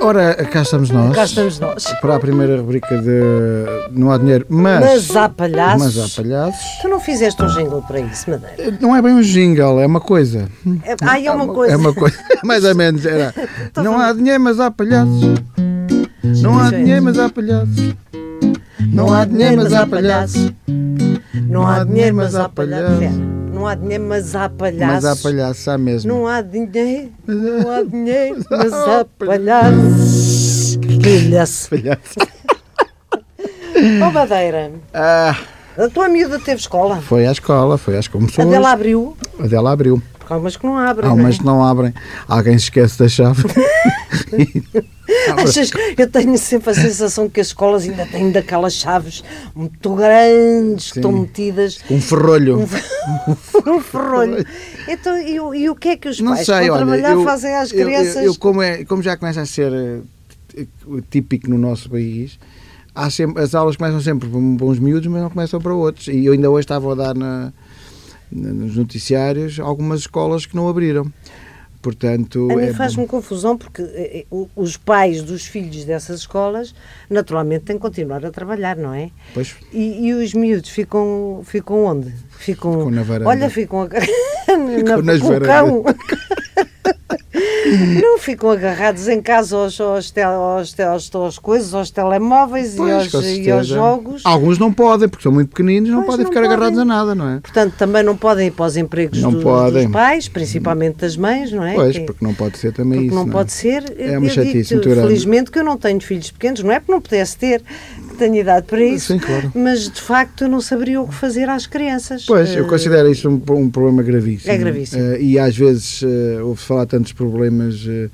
Ora, cá estamos nós. Cá estamos nós. Para a primeira rubrica de Não há dinheiro, mas. Mas há palhaços. Mas há palhaços. Tu não fizeste um jingle para isso, Madeira? Não é bem um jingle, é uma coisa. É, ah, é uma coisa. É uma coisa. Mais ou menos. Era. Tô Não há dinheiro, mas há palhaços. Não há Gente. dinheiro, mas há palhaços. Não há dinheiro, mas há palhaços. Não há dinheiro, mas há palhaços. Espera, Não há dinheiro, mas há Mas palhaços. há palhaços, há mesmo. Não há dinheiro, não há dinheiro, mas há palhaços. Palhaço. Palhaços. Ó Madeira, Ah, a tua miúda teve escola. foi à escola, foi às A começou. dela abriu, A dela abriu. porque há umas que não abrem. Há não é? umas que não abrem. Alguém se esquece da chave. Achas, eu tenho sempre a sensação que as escolas ainda têm daquelas chaves muito grandes que estão metidas Um ferrolho. num um ferrolho. Então, e, o- e o que é que os Não pais sei, que vão olha, trabalhar eu- fazem às eu- eu- crianças? Eu, como, é, como já começa a ser eh, t- eh, típico no nosso país, há sempre- as aulas começam sempre para um- para uns miúdos, mas não começam para outros. E eu ainda hoje estava a dar na- na- nos noticiários algumas escolas que não abriram. Portanto, A mim é- faz-me confusão porque eh, eh, o- os pais dos filhos dessas escolas naturalmente têm que continuar a trabalhar, não é? pois, E, e os miúdos ficam, ficam onde? Ficam, Ficam na varanda. Olha, ficam, agar- na, nas com o cão. não ficam agarrados em casa aos, aos, te, aos, te, aos, aos coisas, aos telemóveis e pois, aos, com e aos certeza. jogos. Alguns não podem, porque são muito pequeninos, não Pois, podem não ficar podem. agarrados a nada, não é? Portanto, também não podem ir para os empregos Não do- podem. dos pais, principalmente das mães, não é? Pois, Que- porque não pode ser também porque isso. não, não é? pode ser. É eu uma digo-te, chatice muito grande. Felizmente que eu não tenho filhos pequenos, não é porque não pudesse ter, que tenho idade para isso, Sim, claro. mas de facto eu não saberia o que fazer às crianças. Pois, Eh, eu considero isso um, um problema gravíssimo. É gravíssimo. Eh, e às vezes eh, ouve-se falar tantos problemas eh,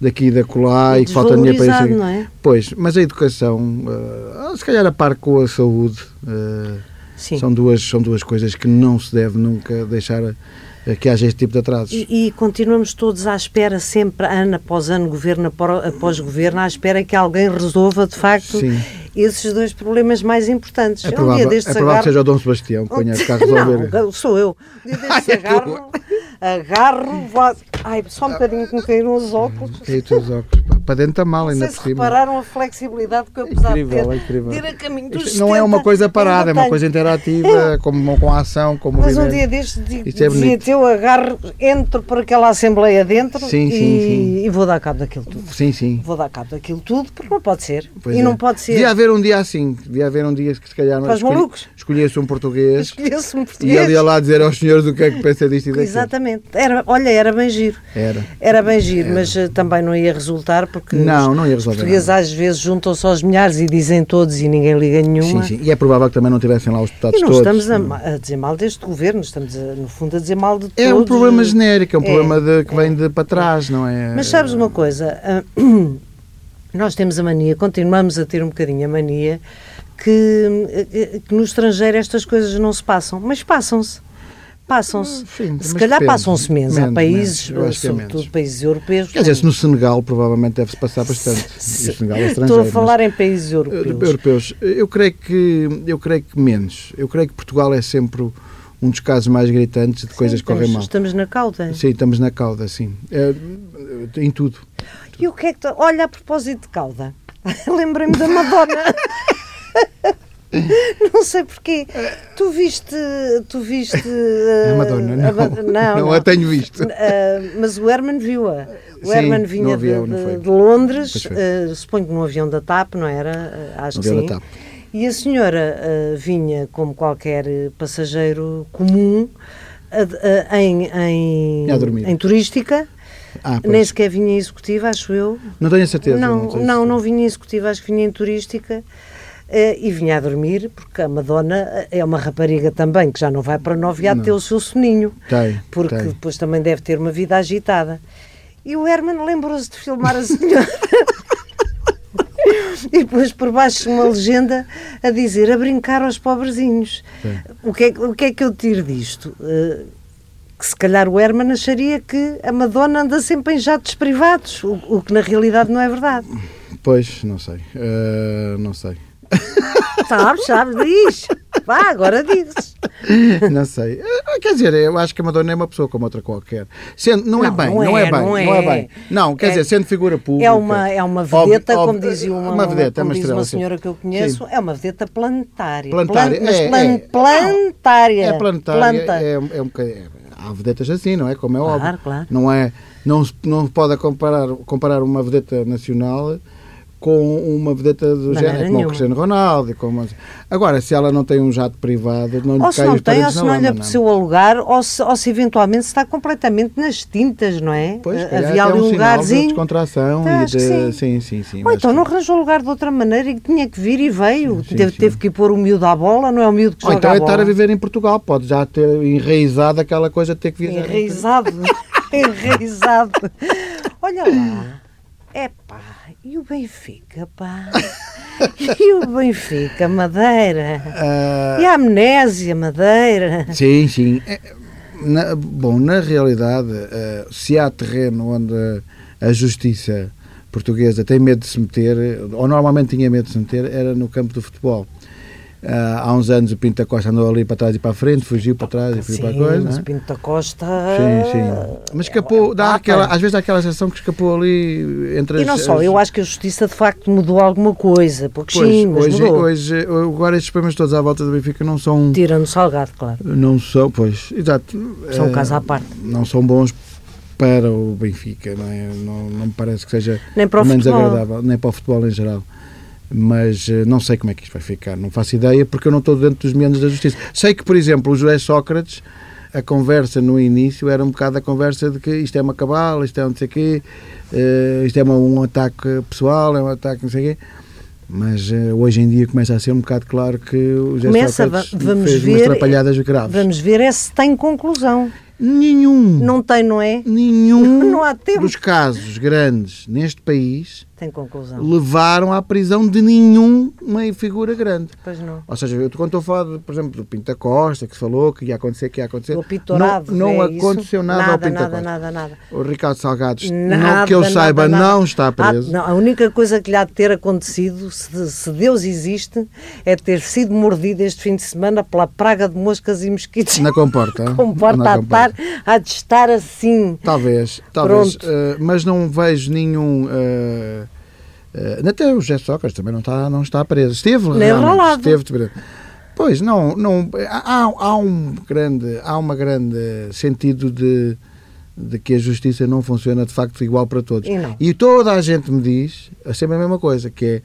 daqui e da colar e que falta dinheiro para isso. Desvalorizado, não é? Pois, mas a educação, eh, se calhar a par com a saúde, eh, é? Sim. são, duas, são duas coisas que não se deve nunca deixar eh, que haja este tipo de atrasos. E, e continuamos todos à espera, sempre, ano após ano, governo apro- após governo, à espera que alguém resolva, de facto, Sim. esses dois problemas mais importantes. é Eu um provável, dia é destes provável que agarro- seja o Dom Sebastião que venha cá resolver. Não, sou eu. Um dia destes Ai, é tu. agarro, agarro, vá- Ai, só um bocadinho que me caíram os óculos. Caiu os teus óculos. pá, Para dentro está mal, Não ainda sei por se cima. repararam a flexibilidade que eu apesar Incrível, de ter, é incrível. de ir a caminho dos Isto não é uma 70, coisa parada, é ainda uma tenho. coisa interativa, com, com a ação, com o Mas um movimento. dia deste digo, Isto é dizia bonito. te eu agarro, entro por aquela assembleia dentro Sim, sim, e, sim. e vou dar cabo daquilo tudo. Sim, sim. Vou dar cabo daquilo tudo porque não pode ser. Pois e é. não pode ser. Devia haver um dia assim, devia haver um dia que se calhar Para os escolhe- malucos. escolhesse um português Escolhesse um e português. ele ia lá dizer aos senhores o que é que pensa disto e daquilo. Exatamente. Era, olha, era bem giro. Era. Era bem giro, mas eh, também não ia resultar porque Não, os, não ia os resolver portugueses às vezes juntam-se aos milhares e dizem todos e ninguém liga nenhuma. Sim, sim. E é provável que também não tivessem lá os deputados E não todos. estamos a, ma- a dizer mal deste governo, estamos a, no fundo a dizer mal de todos. É um problema genérico, é um É, problema de- que vem de para trás, não é? Mas sabes uma coisa? Ah, Nós temos a mania, continuamos a ter um bocadinho a mania que, eh, que no estrangeiro estas coisas não se passam, mas passam-se. Passam-se. Sim, Se Hum, mas calhar depende. passam-se menos. Há Menos, países, menos. Eu acho que é sobretudo menos. países europeus. Quer dizer, se no Senegal provavelmente deve-se passar bastante. E o Senegal é Estou estrangeiro. a falar em países mas, eh, europeus. europeus. Eu creio, que, eu creio que menos. Eu creio que Portugal é sempre um dos casos mais gritantes de coisas que Sim, correm estamos- mal. Estamos na cauda. Sim, estamos na cauda, sim. É, em tudo. E o que é que. tu- Olha, a propósito de cauda, lembrei-me da Madonna. Não sei porquê. Tu viste. Tu viste. É eh, A A Madonna, não. Mad- não, a tenho visto. Ah, mas o Herman viu-a. O Sim, Herman no vinha de- avião, não de, foi? de Londres, Pois ah, suponho que num avião da TAP, não era? Ah, acho No que avião sim. da TAP. E a senhora ah, vinha, como qualquer eh, passageiro comum, a- a- em, em, A dormir. em turística, Ah, pois. nem sequer vinha em executiva, acho eu. Não tenho a certeza. Não, sei se- não, não vinha em executiva, acho que vinha em turística eh, e vinha a dormir, porque a Madonna é uma rapariga também, que já não vai para nove e há de ter o seu soninho. Tem, Porque tem. depois também deve ter uma vida agitada. E o Herman lembrou-se de filmar a senhora. E depois por baixo uma legenda a dizer a brincar aos pobrezinhos. O que, é, que- o que é que eu tiro disto? Eh, que se calhar o Herman acharia que a Madonna anda sempre em jatos privados, o, o que na realidade não é verdade. Pois, não sei. Ah, não sei. Sabes, sabes, diz. Vá, agora dizes. Não sei. Eh, Quer dizer, eu acho que a Madonna é uma pessoa como outra qualquer. Sendo, não, é Não, bem, não não, é, é, bem, não não é. é, bem. Não, quer É- dizer, sendo figura pública. É uma, é uma óbvio- vedeta, como óbvio- é dizia uma, uma, vedeta, como uma diz estrela. uma sim. senhora que eu conheço, é uma vedeta planetária. Plan- Planetária, mas é, plan- é. planetária. É planetária, Planta. é, é um bocadinho. Há vedetas assim, não é? Como é Claro, óbvio. claro. Não, é, não, se, não se pode comparar, comparar uma vedeta nacional com uma vedeta do Maneira género, como nenhuma. o Cristiano Ronaldo. Como... Agora, se ela não tem um jato privado, não lhe Ou se cai não os tem, ou talentos se na não lama, é? lhe apeteceu alugar, ou se, ou se eventualmente está completamente nas tintas, não é? Pois, se Eh, calhar Havia até ali é um um sinal de lugarzinho. descontração Então, e acho de... Sim, que sim. sim, sim. Ou acho então que- não arranjou lugar de outra maneira e tinha que vir e veio. Sim, sim, teve, sim. teve que ir pôr o miúdo à bola, não é o miúdo que Ou joga então à é bola. estar a viver em Portugal, pode já ter enraizado aquela coisa de ter que viajar. Enraizado. Enraizado. Olha lá. É pá. E o Benfica, pá. E o Benfica, Madeira. Ah, E a amnésia, Madeira. Sim, sim. É, na- bom, na realidade, eh, se há terreno onde a justiça portuguesa tem medo de se meter, eh, ou normalmente tinha medo de se meter, era no campo do futebol. Ah, há uns anos o Pinto da Costa andou ali para trás e para a frente, fugiu para trás e fugiu Sim, para a coisa. não mas é? Pinto da Costa. Sim, sim. Mas escapou, é dá papa. aquela, às vezes dá aquela sensação que escapou ali entre E não as- só, as- eu acho que a justiça de facto mudou alguma coisa. Porque Pois, sim, mas hoje, mudou. Tipo- hoje, agora estes problemas todos à volta do Benfica não são. Tirando salgado, claro. Não são, pois, exato. São um Eh, caso à parte. Não são bons para o Benfica, não é? Não, não me parece que seja Nem para o menos futebol. agradável, nem para o futebol em geral. Mas eh, não sei como é que isto vai ficar, não faço ideia, porque eu não estou dentro dos meandros da justiça. Sei que, por exemplo, o José Sócrates, a conversa no início era um bocado a conversa de que isto é uma cabala, isto é um não sei quê, eh, isto é uma- um ataque pessoal, é um ataque não sei quê. Mas eh, hoje em dia começa a ser um bocado claro que o José Começa, Sócrates va- vamos fez ver, umas atrapalhadas graves. Vamos ver é se tem conclusão. Nenhum Não tem, não é? nenhum Não há tempo. dos casos grandes neste país Tem conclusão. levaram à prisão de nenhuma figura grande. Pois não. Ou seja, eu te conto a falar, de, por exemplo, do Pinto da Costa, que falou que ia acontecer, que ia acontecer. Do Pitorado. não não é isso? aconteceu nada, ao Pinto da nada, Costa. nada, nada. O Ricardo Salgado, Nada, não, que eu nada, saiba, nada. não está Ah, preso. não, a única coisa que lhe há de ter acontecido, se, se Deus existe, é ter sido mordido este fim de semana pela praga de moscas e mosquitos. Na comporta. Comporta Na a estar, a de estar assim. Talvez, talvez. Pronto. eh, mas não vejo nenhum. eh, eh, até o José Sócrates também não está, não está preso. Esteve, Nem realmente, enrolado. Esteve preso. Pois, não. não há, há, um grande, há uma grande sentido de, de que a justiça não funciona de facto igual para todos. E não. toda a gente me diz sempre a mesma coisa, que é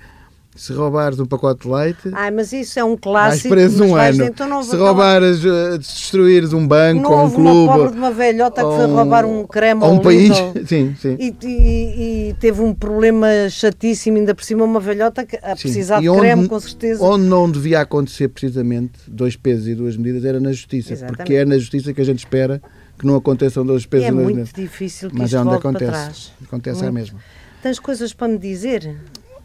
se roubares um pacote de leite. Ai, mas isso é um Vais clássico. preso mas um vais ano. dizer, então não se vou- não- roubares, eh, destruires um banco Não ou um houve uma pobre clube. de uma velhota que ou foi roubar um creme ou ao um país. Lidl. Sim, sim. E, e- e teve um problema chatíssimo, ainda por cima, uma velhota que a Sim. precisar E de onde- creme, com certeza. Onde não devia acontecer precisamente dois pesos e duas medidas era na justiça, Exatamente. porque é na justiça que a gente espera que não aconteçam dois pesos é e duas muito medidas. difícil que Mas isto é onde volte acontece. para trás. Acontece é à Muito. mesma. Tens coisas para me dizer?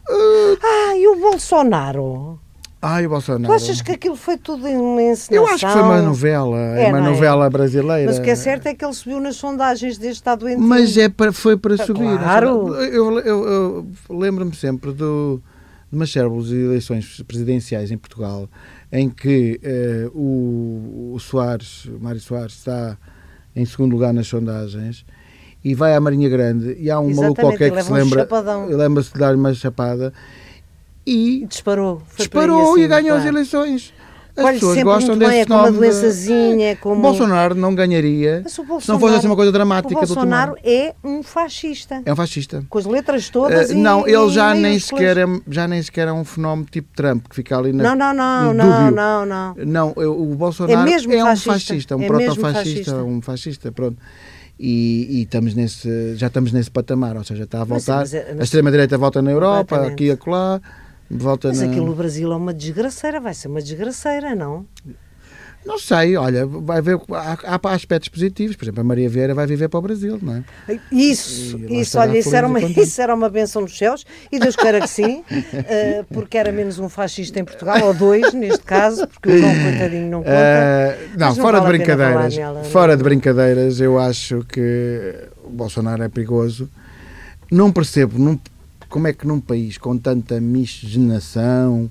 Ah, e o Bolsonaro? Ah, Ai, o Bolsonaro. Tu achas que aquilo foi tudo uma encenação? Eu acho que foi uma novela, É, é, uma não é? novela brasileira. Mas o que é certo é que ele subiu nas sondagens desde estar doente. Mas é para, foi para subir. claro. Eu, eu- eu lembro-me sempre do, de umas cérebros e eleições presidenciais em Portugal, em que eh, o, o Soares, o Mário Soares, está em segundo lugar nas sondagens e vai à Marinha Grande e há um Exatamente, maluco qualquer e que se leva um lembra, chapadão. lembra-se de dar uma chapada e disparou. Foi por aí disparou assim, e ganhou pá. as eleições. As Olha, pessoas sempre gostam muito desse bem, fenómeno de- é como uma doençazinha, é como- O Bolsonaro não ganharia Mas o se não fosse assim uma coisa dramática O do outro Bolsonaro mundo. é um fascista. É um fascista. Com as letras todas. Eh, e- não, ele e já nem, maiúsculas. sequer é, já nem sequer é um fenómeno tipo Trump, que fica ali na. Não, não, não, no não, um dúbio. não, não. Não, eu- o Bolsonaro É mesmo um fascista. fascista, um É mesmo fascista. proto-fascista, um fascista, pronto. E, e estamos nesse, já estamos nesse patamar, ou seja, está a Mas- voltar. mas é- mas- a extrema-direita volta na Europa, Completamente. aqui e acolá, volta Mas na. aquilo no Brasil é uma desgraceira, vai ser uma desgraceira, não? Não sei, olha, vai ver, há, há aspectos positivos. Por exemplo, a Maria Vieira vai viver para o Brasil, não é? Isso, E lá isso, estará olha, isso feliz era, e uma, contente. isso era uma benção dos céus, e Deus queira que sim, eh, porque era menos um fascista em Portugal, ou dois, neste caso, porque o João Coitadinho não conta. Eh, não, Mas não fora vale a de pena falar brincadeiras, nela, não. é? fora de brincadeiras, eu acho que o Bolsonaro é perigoso. Não percebo num- como é que num país com tanta miscigenação,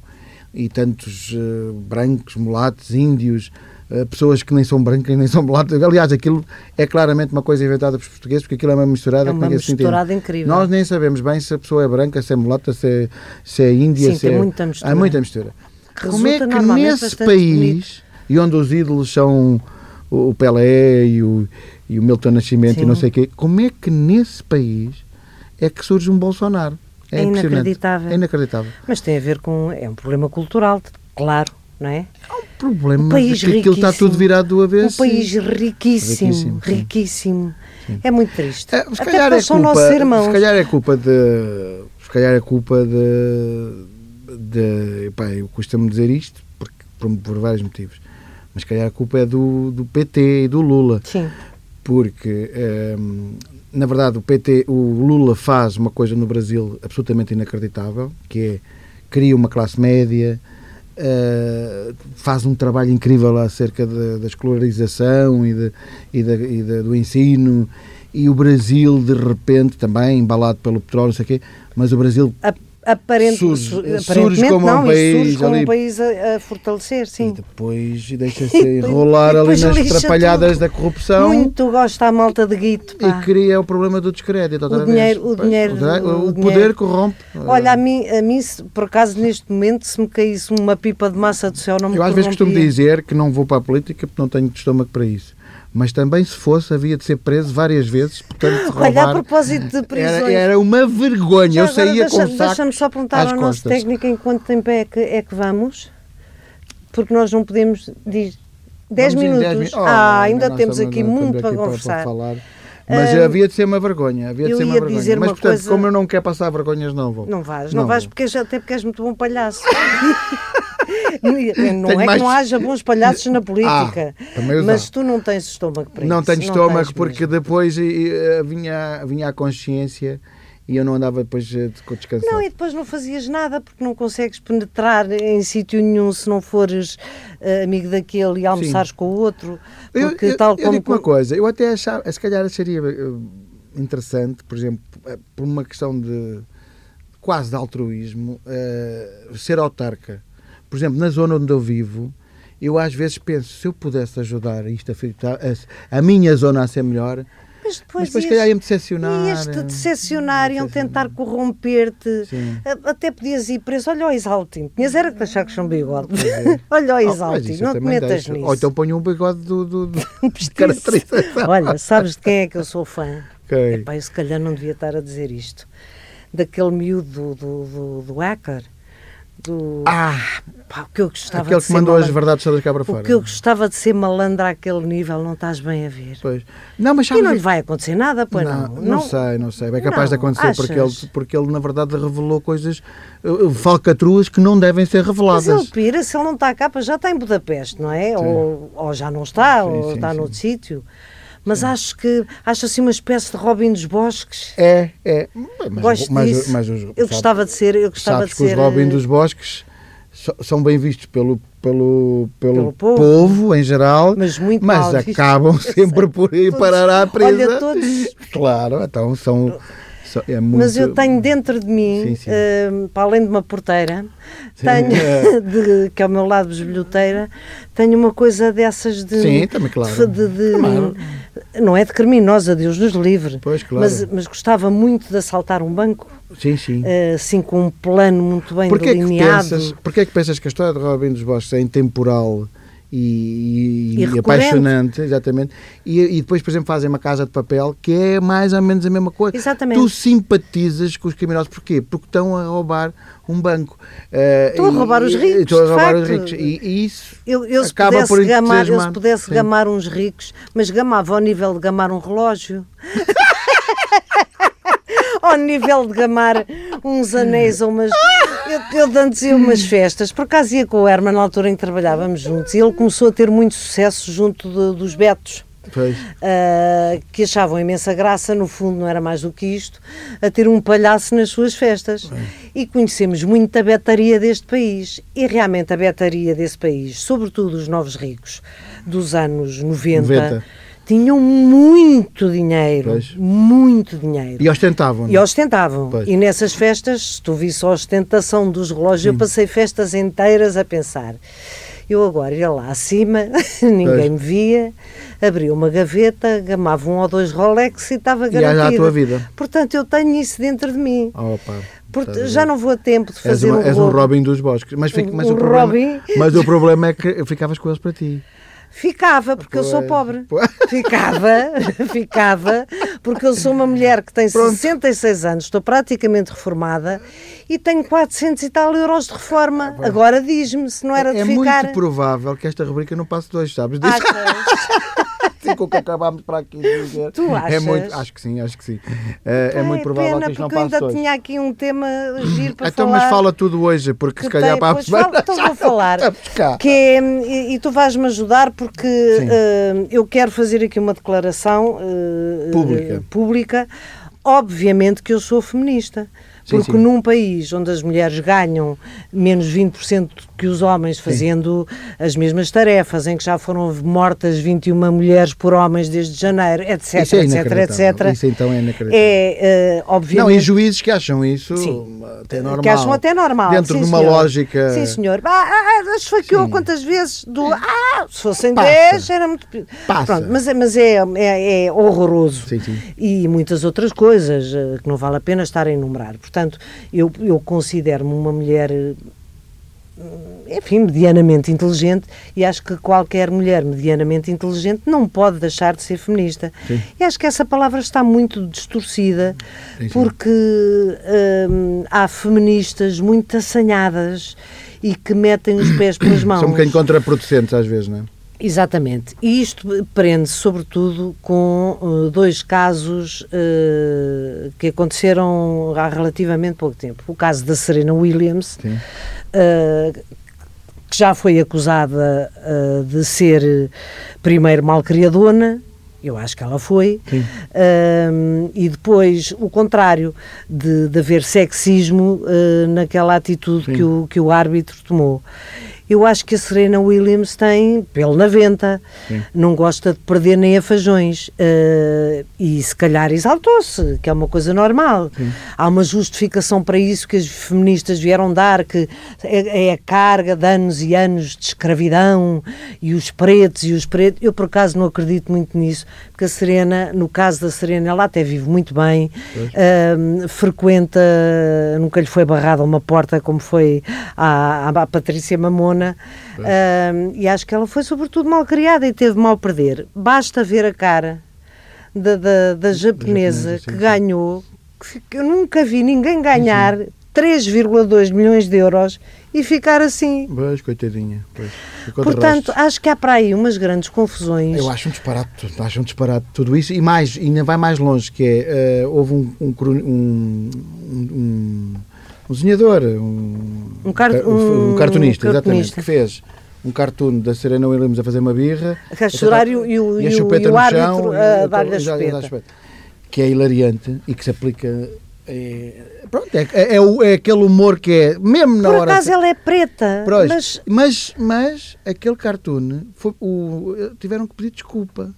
e tantos eh, brancos, mulatos, índios, eh, pessoas que nem são brancas nem são mulatas. Aliás, aquilo é claramente uma coisa inventada pelos portugueses, porque aquilo é uma misturada É que uma ninguém se entende. misturada incrível. Nós nem sabemos bem se a pessoa é branca, se é mulata, se é, se é índia, Sim, se tem é... muita mistura. Há muita mistura. Que Como é resulta que normalmente nesse bastante país, e onde os ídolos são o o Pelé e o, e o Milton Nascimento e Sim. não sei o quê, como é que nesse país é que surge um Bolsonaro? É impressionante. inacreditável. É inacreditável. Mas tem a ver com. É um problema cultural, claro, não é? O problema Um país é que aquilo está riquíssimo. tudo virado do Um avesso. país riquíssimo, Riquíssimo, sim. riquíssimo. É muito triste. É, se Até calhar porque é eles são culpa- nossos irmãos. Se calhar é culpa de. Se calhar é culpa de. de epá, eu costumo dizer isto porque, por, por vários motivos. Mas se calhar a culpa é do, do PT e do Lula. Sim, Porque, ehm, na verdade, o PT, o Lula faz uma coisa no Brasil absolutamente inacreditável, que é cria uma classe média, eh, faz um trabalho incrível acerca da, da escolarização e, de- e da- e da- do ensino, e o Brasil, de repente, também embalado pelo petróleo, não sei o quê, mas o Brasil Ap- aparente- Surge- su- surge aparentemente como um não, e surge país como um ali- país a, a fortalecer, e sim. depois deixa-se enrolar E ali depois nas lixa trapalhadas tudo. da corrupção. Muito gosta a malta de guito, pá. Então, E cria o problema do descrédito. outra O vez. dinheiro- o Pois, dinheiro- dra- o o dinheiro. poder corrompe. Olha, a mim, a mim, se- por acaso, neste momento, se me caísse uma pipa de massa do céu, não me Eu às vezes costumo corrompia. dizer que não vou para a política porque não tenho estômago para isso. Mas também, se fosse, havia de ser preso várias vezes. Portanto, Olha, a roubar propósito de prisões. era, era uma vergonha. Já eu agora saía com deixa- um saco Deixa-me só perguntar às ao nosso costas. técnico em quanto tempo é que, é que vamos, porque nós não podemos. Diz, 10 Vamos em minutos. dez mi- Oh, ah, ainda nós temos estamos- aqui nós estamos muito para aqui conversar. falar. Mas Ahm, havia de ser uma vergonha. Havia de eu ser uma ia vergonha. dizer Mas, uma portanto, coisa- como eu não quero passar vergonhas, não vou. Não vais, não, Não vais vou. porque és, até porque és muito bom palhaço. não é que mais- Ah, não haja bons palhaços na política, também os mas há. tu não tens estômago para não isso. tenho estômago tens porque mesmo. depois e, eh, vinha, vinha a consciência e eu não andava depois eh, de descansado. Não, e depois não fazias nada porque não consegues penetrar em sítio nenhum se não fores eh, amigo daquele e almoçares com o outro. Eu- Porque eu, eu, tal como. digo uma coisa, eu até achava, se calhar acharia eh, interessante, por exemplo, eh, por uma questão de quase de altruísmo, eh, ser autarca. Por exemplo, na zona onde eu vivo, eu às vezes penso, se eu pudesse ajudar isto a, ficar- a, a minha zona a ser melhor, Mas mas depois, depois se ias- calhar ia-me decepcionar. Ias-te decepcionar, iam tentar corromper-te, Sim. A- até podias ir preso. Olha o Exaltino, tinhas era que deixar que são bigode. Olha Oh, o mas Exaltino, isso eu não te também metas deixo. nisso. Ou então ponho um bigode do, do, do de Postiço. caracterização. Olha, sabes de quem é que eu sou fã? Quem? Epá, eu se calhar não devia estar a dizer isto. Daquele miúdo do, do, do, do hacker, do. Ah, pá, o que eu gostava aquele de que ser mandou as malan- verdades todas cá para fora. O que eu gostava de ser malandra àquele nível, não estás bem a ver. Pois. Não, mas E sabes- não lhe vai acontecer nada, pois não. não, sei, não sei. É capaz de Não, acontecer porque achas? ele, porque ele, na verdade, revelou coisas eh, falcatruas que não devem ser Mas ele reveladas. é, pira, se ele não está cá, pois já está em Budapeste, não é? Ou, ou já não está, ou sim, está sim. noutro sítio. Mas acho que, acho assim uma espécie de Robin dos Bosques. É, é. Mas, Gosto mas- disso. mas os- eu sabe- gostava de ser, eu gostava sabes de que ser... os Robin eh, dos Bosques so- são bem vistos pelo, pelo, pelo, Pelo povo. povo. em geral, eh, Mas muito mal vistos. acabam sempre por ir parar à presa. Olha, todos. Claro, então são. são- é muito... Mas eu tenho dentro de mim, Sim, sim. eh, para além de uma porteira, Sim. tenho, de- que é o meu lado bisbilhoteira, tenho uma coisa dessas de. Sim, também, claro. de- de- Claro. Não é de criminosa, Deus nos livre. Pois, claro. mas, mas gostava muito de assaltar um banco, Sim, sim. eh, assim com um plano muito bem Porquê que, delineado. pensas, porquê é que pensas que a história de Robin dos Bosques é intemporal e, E e- e recorrente. apaixonante, exatamente, e, e depois, por exemplo, fazem uma casa de papel que é mais ou menos a mesma coisa. Exatamente. Tu simpatizas com os criminosos, porquê? Porque estão a roubar um banco. Eh, Estão a roubar os e- ricos, Estão a de roubar os facto. ricos. E, e isso Eu, eu se acaba pudesse, por gamar, eu se entusiasmar. pudesse Sim. gamar uns ricos, mas gamava ao nível de gamar um relógio. ao nível de gamar uns anéis ou umas. Eu, eu antes ia a umas festas. Por acaso ia com o Herman na altura em que trabalhávamos juntos e ele começou a ter muito sucesso junto de- dos Betos. Pois. ah, que achavam imensa graça, no fundo não era mais do que isto, a ter um palhaço nas suas festas. E conhecemos muita betaria deste país. E realmente a betaria desse país, sobretudo os novos ricos dos anos 90, 90. tinham muito dinheiro, Pois. muito dinheiro. E ostentavam. E ostentavam. Pois. E nessas festas, se tu visse a ostentação dos relógios, Hum. eu passei festas inteiras a pensar. Eu agora ia lá acima, ninguém Pois. me via, abria uma gaveta, gamava um ou dois Rolex e estava E era garantida. a tua vida. Portanto, eu tenho isso dentro de mim. Oh, pá, estás Porque a já ver. não vou a tempo de És, fazer uma, um és um rolo. Robin dos bosques. Mas, fica- mas Um o problema, Robin. mas o problema é que ficavas com eles para ti. Ficava, porque eu sou Pois, pobre. pois. Ficava, ficava, porque eu sou uma mulher que tem Pronto. 66 anos, estou praticamente reformada e tenho 400 e tal euros de reforma. Agora diz-me se não era Ah, é de ficar. Ah. muito provável que esta rubrica não passe dois, sabes? Diz Achas? assim com o que acabámos para aqui de dizer. Tu É achas? muito, acho que sim, acho que sim. É, é Ai, muito provável pena, que isto não porque eu passe ainda dois. tinha aqui um tema giro para Então, falar. mas fala tudo hoje, porque que se calhar tem- para a pois semana fala- então já vou falar. estamos cá. Que é, e, e tu vais-me ajudar porque Sim. eh, eu quero fazer aqui uma declaração eh, Pública. eh, pública. Obviamente que eu sou feminista. Sim, Porque sim. num país onde as mulheres ganham menos 20% que os homens fazendo as mesmas tarefas, em que já foram mortas 21 mulheres por homens desde janeiro, etc, Isso é etc, inacreditável. etc. Isso então é inacreditável. É, eh, Não, e obviamente, juízes que acham isso Sim. até normal. que acham até normal. Dentro sim, de uma senhor. lógica. Sim, senhor. Ah, ah, ah, esfaqueou quantas vezes? Do, ah, se fossem Passa. 10, era muito. pe- Passa. Pronto, mas, é- mas é, é, é horroroso. Sim, sim. E muitas outras coisas eh, que não vale a pena estar a enumerar. Portanto, eu, eu considero-me uma mulher. eh, Enfim, medianamente inteligente, e acho que qualquer mulher medianamente inteligente não pode deixar de ser feminista. E acho que essa palavra está muito distorcida, Sim, sim. porque hum, há feministas muito assanhadas e que metem os pés pelas mãos. São um bocadinho contraproducentes às vezes, não é? Exatamente. E isto prende sobretudo com eh, dois casos eh, que aconteceram há relativamente pouco tempo. O caso da Serena Williams, Sim. eh, que já foi acusada eh, de ser eh, primeiro malcriadona, eu acho que ela foi, ehm, e depois o contrário, de, de haver sexismo eh, naquela atitude que o, que o árbitro tomou. Eu acho que a Serena Williams tem pelo na venta, não gosta de perder nem a fajões eh, e se calhar exaltou-se, que é uma coisa normal. Há uma justificação para isso que as feministas vieram dar, que é, é a carga de anos e anos de escravidão e os pretos e os pretos. Eu por acaso não acredito muito nisso, porque a Serena, no caso da Serena, ela até vive muito bem, ehm, frequenta, nunca lhe foi barrada uma porta como foi à, à, à Patrícia Mamona, ehm, e acho que ela foi sobretudo mal criada e teve mal perder. Basta ver a cara da, da, da japonesa japonesa, sim, que sim. ganhou, que fi- que eu nunca vi ninguém ganhar Uhum. 3,2 milhões de euros e ficar assim. Pois, coitadinha. Pois. Ficou de Portanto, rastros. acho que há para aí umas grandes confusões. Eu acho um disparate, tudo, acho um disparate tudo isso e mais, ainda vai mais longe, que é, eh, houve um, um, croni- um, um, um desenhador, um, Um car- um, um- um cartunista, um exatamente, cartunista. que fez um cartoon da Serena Williams a fazer uma birra, A chorar e o- e o- a e o- chupeta e o no árbitro chão, a e a- dar-lhe a e a- e a dar chupeta. que é hilariante e que se aplica... é, pronto, é, é, o- é aquele humor que é, mesmo na Por hora... acaso ela é preta, Pois, mas mas, mas, aquele cartoon foi, o- tiveram que pedir desculpa.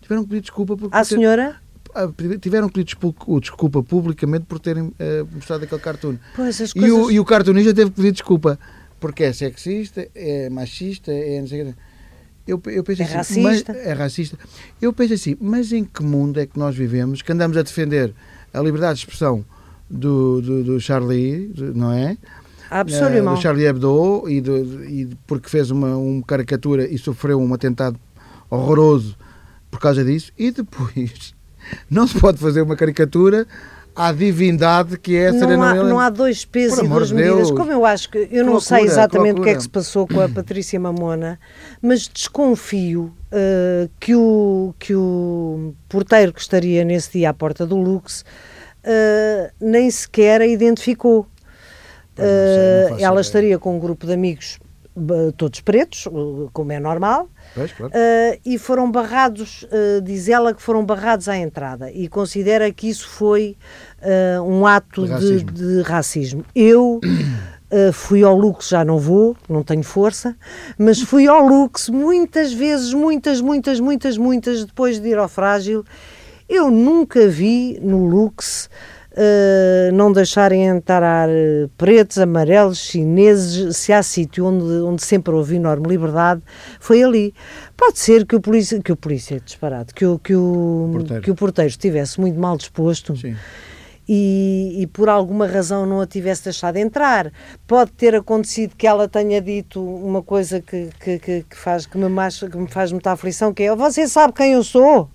Tiveram que pedir desculpa porque à senhora? ah, tiveram que pedir despu- desculpa publicamente por terem eh, mostrado aquele cartoon. Pois as E coisas. o, e o cartunista teve que pedir desculpa porque é sexista, é machista, é não sei o quê. Eu, pe- eu penso É assim, racista. mas- é racista. Eu penso assim, mas em que mundo é que nós vivemos que andamos a defender a liberdade de expressão do, do, do Charlie, do- não é? Eh, Absolutamente. do Charlie Hebdo e, do- do- e porque fez uma, uma caricatura e sofreu um atentado horroroso por causa disso e depois não se pode fazer uma caricatura à divindade que é a não, Serena há, Williams. não há dois pesos Por e amor duas de medidas. Deus. Como eu acho que. Eu Que não loucura, sei que exatamente o que é loucura. Hum. que se passou com a Patrícia Mamona, mas desconfio eh, que, o, que o porteiro que estaria nesse dia à porta do Lux eh, nem sequer a identificou. Pois, não sei, não faço Eh, ela ideia. estaria com um grupo de amigos eh, todos pretos, eh, como é normal, Pois, claro. Uh, e foram barrados, uh, diz ela que foram barrados à entrada e considera que isso foi uh, um ato De de racismo. de racismo. Eu Uh, fui ao Lux, já não vou, não tenho força, mas fui ao Lux muitas vezes, muitas, muitas, muitas, muitas, depois de ir ao Frágil. Eu nunca vi no Lux uh, não deixarem entrar eh, pretos, amarelos, chineses. Se há sítio onde, onde sempre houve enorme liberdade, foi ali. Pode ser que o polícia, que o polícia é disparado, que o, que o, Porteiro. que o porteiro estivesse muito mal disposto. Sim. E, e por alguma razão não a tivesse deixado entrar. Pode ter acontecido que ela tenha dito uma coisa que, que, que, que faz, que, me mais, que me faz muita aflição, que é você sabe quem eu sou?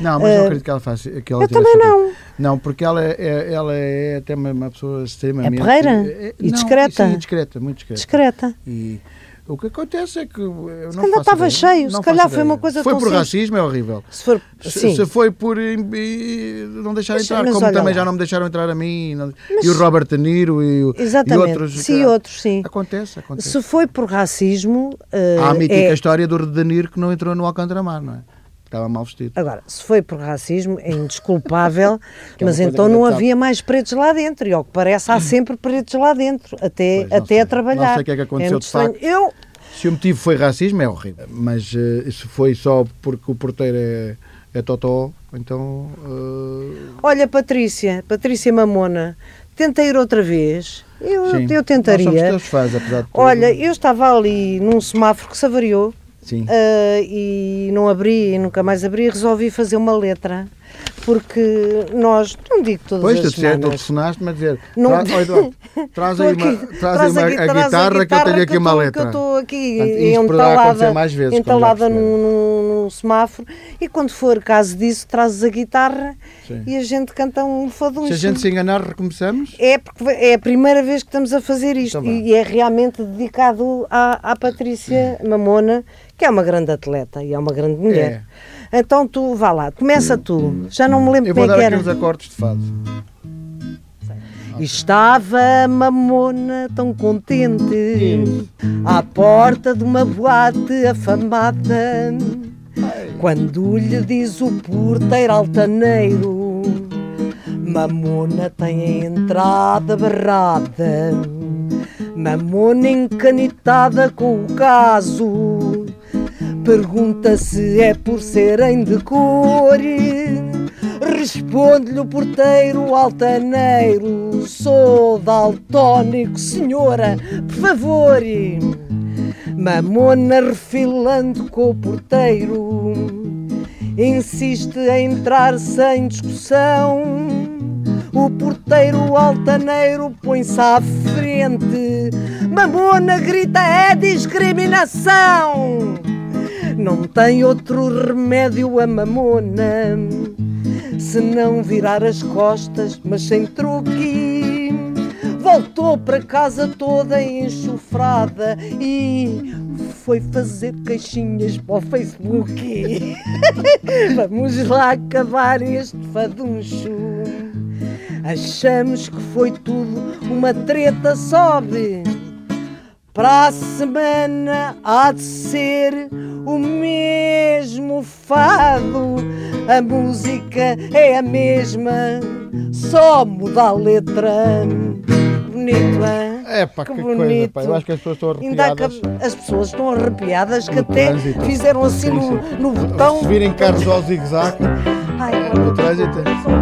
Não, mas não acredito que ela faça. Que ela Eh, eu tivesse também feito. não. Não, porque ela é, ela é até uma, uma pessoa extremamente. É porreira? É- E não, discreta? Sim, discreta, muito discreta. Discreta. E o que acontece é que. Eu Se não calhar faço estava ideia, cheio, não se faço calhar foi ideia. uma coisa Foi tão por simples. racismo, é horrível. Se for, sim. Se, se foi por em- e não deixar Mas- entrar, mas como olha também lá. já não me deixaram entrar a mim, e não- Mas- e o Robert De Niro e, o- e Exatamente. outros. Sim, cara. outros, sim. Acontece, acontece. Se foi por racismo. eh, Há a mítica é- história do De Niro que não entrou no Alcântara Mar, não é? Estava mal vestido. Agora, se foi por racismo, é indesculpável, é uma mas coisa então que não ainda havia mais pretos lá dentro. E ao que parece, há sempre pretos lá dentro, até, Pois, não até sei. a trabalhar. Não sei o que é que aconteceu, muito de facto. estranho. Eu, Se o motivo foi racismo, é horrível. Mas eh, se foi só porque o porteiro é, é totó, então. eh, olha, Patrícia, Patrícia Mamona, tenta ir outra vez. Eu, sim. eu Nós somos tentaria. todos fãs, apesar de tudo. Olha, eu estava ali num semáforo que se avariou. Sim. Ah, e não abri, e nunca mais abri, resolvi fazer uma letra, porque nós, não digo todas Pois, tu as disseste, tu semanas, telefonaste, mas dizer. Tra... Não- Oh, Eduardo, traz Estou aí, aqui- uma, traz aí uma, a, aqui- traz guitarra que eu tenho aqui uma tô- letra. Que eu estou aqui Portanto, isto poderá acontecer entalada, mais vezes, como já entalada perceberam. num, num- num semáforo, e quando for caso disso, trazes a guitarra Sim. e a gente canta um faduncho. Se a gente se enganar, recomeçamos? É porque é a primeira vez que estamos a fazer isto Então vá. e é realmente dedicado à, à Patrícia Mamona, que é uma grande atleta e é uma grande mulher. Então tu, vá lá, começa tu. Já não me lembro É. Eu vou como é dar que aqui era. uns acordes de fado. E Estava a mamona tão contente à porta de uma boate afamada quando lhe diz o porteiro altaneiro Mamona tem a entrada barrada Mamona encanitada com o caso Pergunta se é por serem de cor. Responde-lhe o porteiro altaneiro: Sou daltónico, senhora, por favor. Mamona refilando com o porteiro, insiste em entrar sem discussão. O porteiro altaneiro põe-se à frente. Mamona grita: é discriminação! Não tem outro remédio a mamona se não virar as costas, mas sem truque. Voltou para casa toda enxofrada e foi fazer queixinhas para o Facebook. Vamos lá acabar este faduncho. Achamos que foi tudo uma treta sobe. Para a semana há de ser o mesmo fado. A música é a mesma, só muda a letra. Bonito, hein? É pá, que, Que coisa, pá. Eu bonito. acho que as pessoas estão Ainda há arrepiadas. que- as pessoas estão arrepiadas que No até trânsito. fizeram assim Sim, no, sim. no botão. Se virem carros ao zigue-zague Ai, no trânsito. são é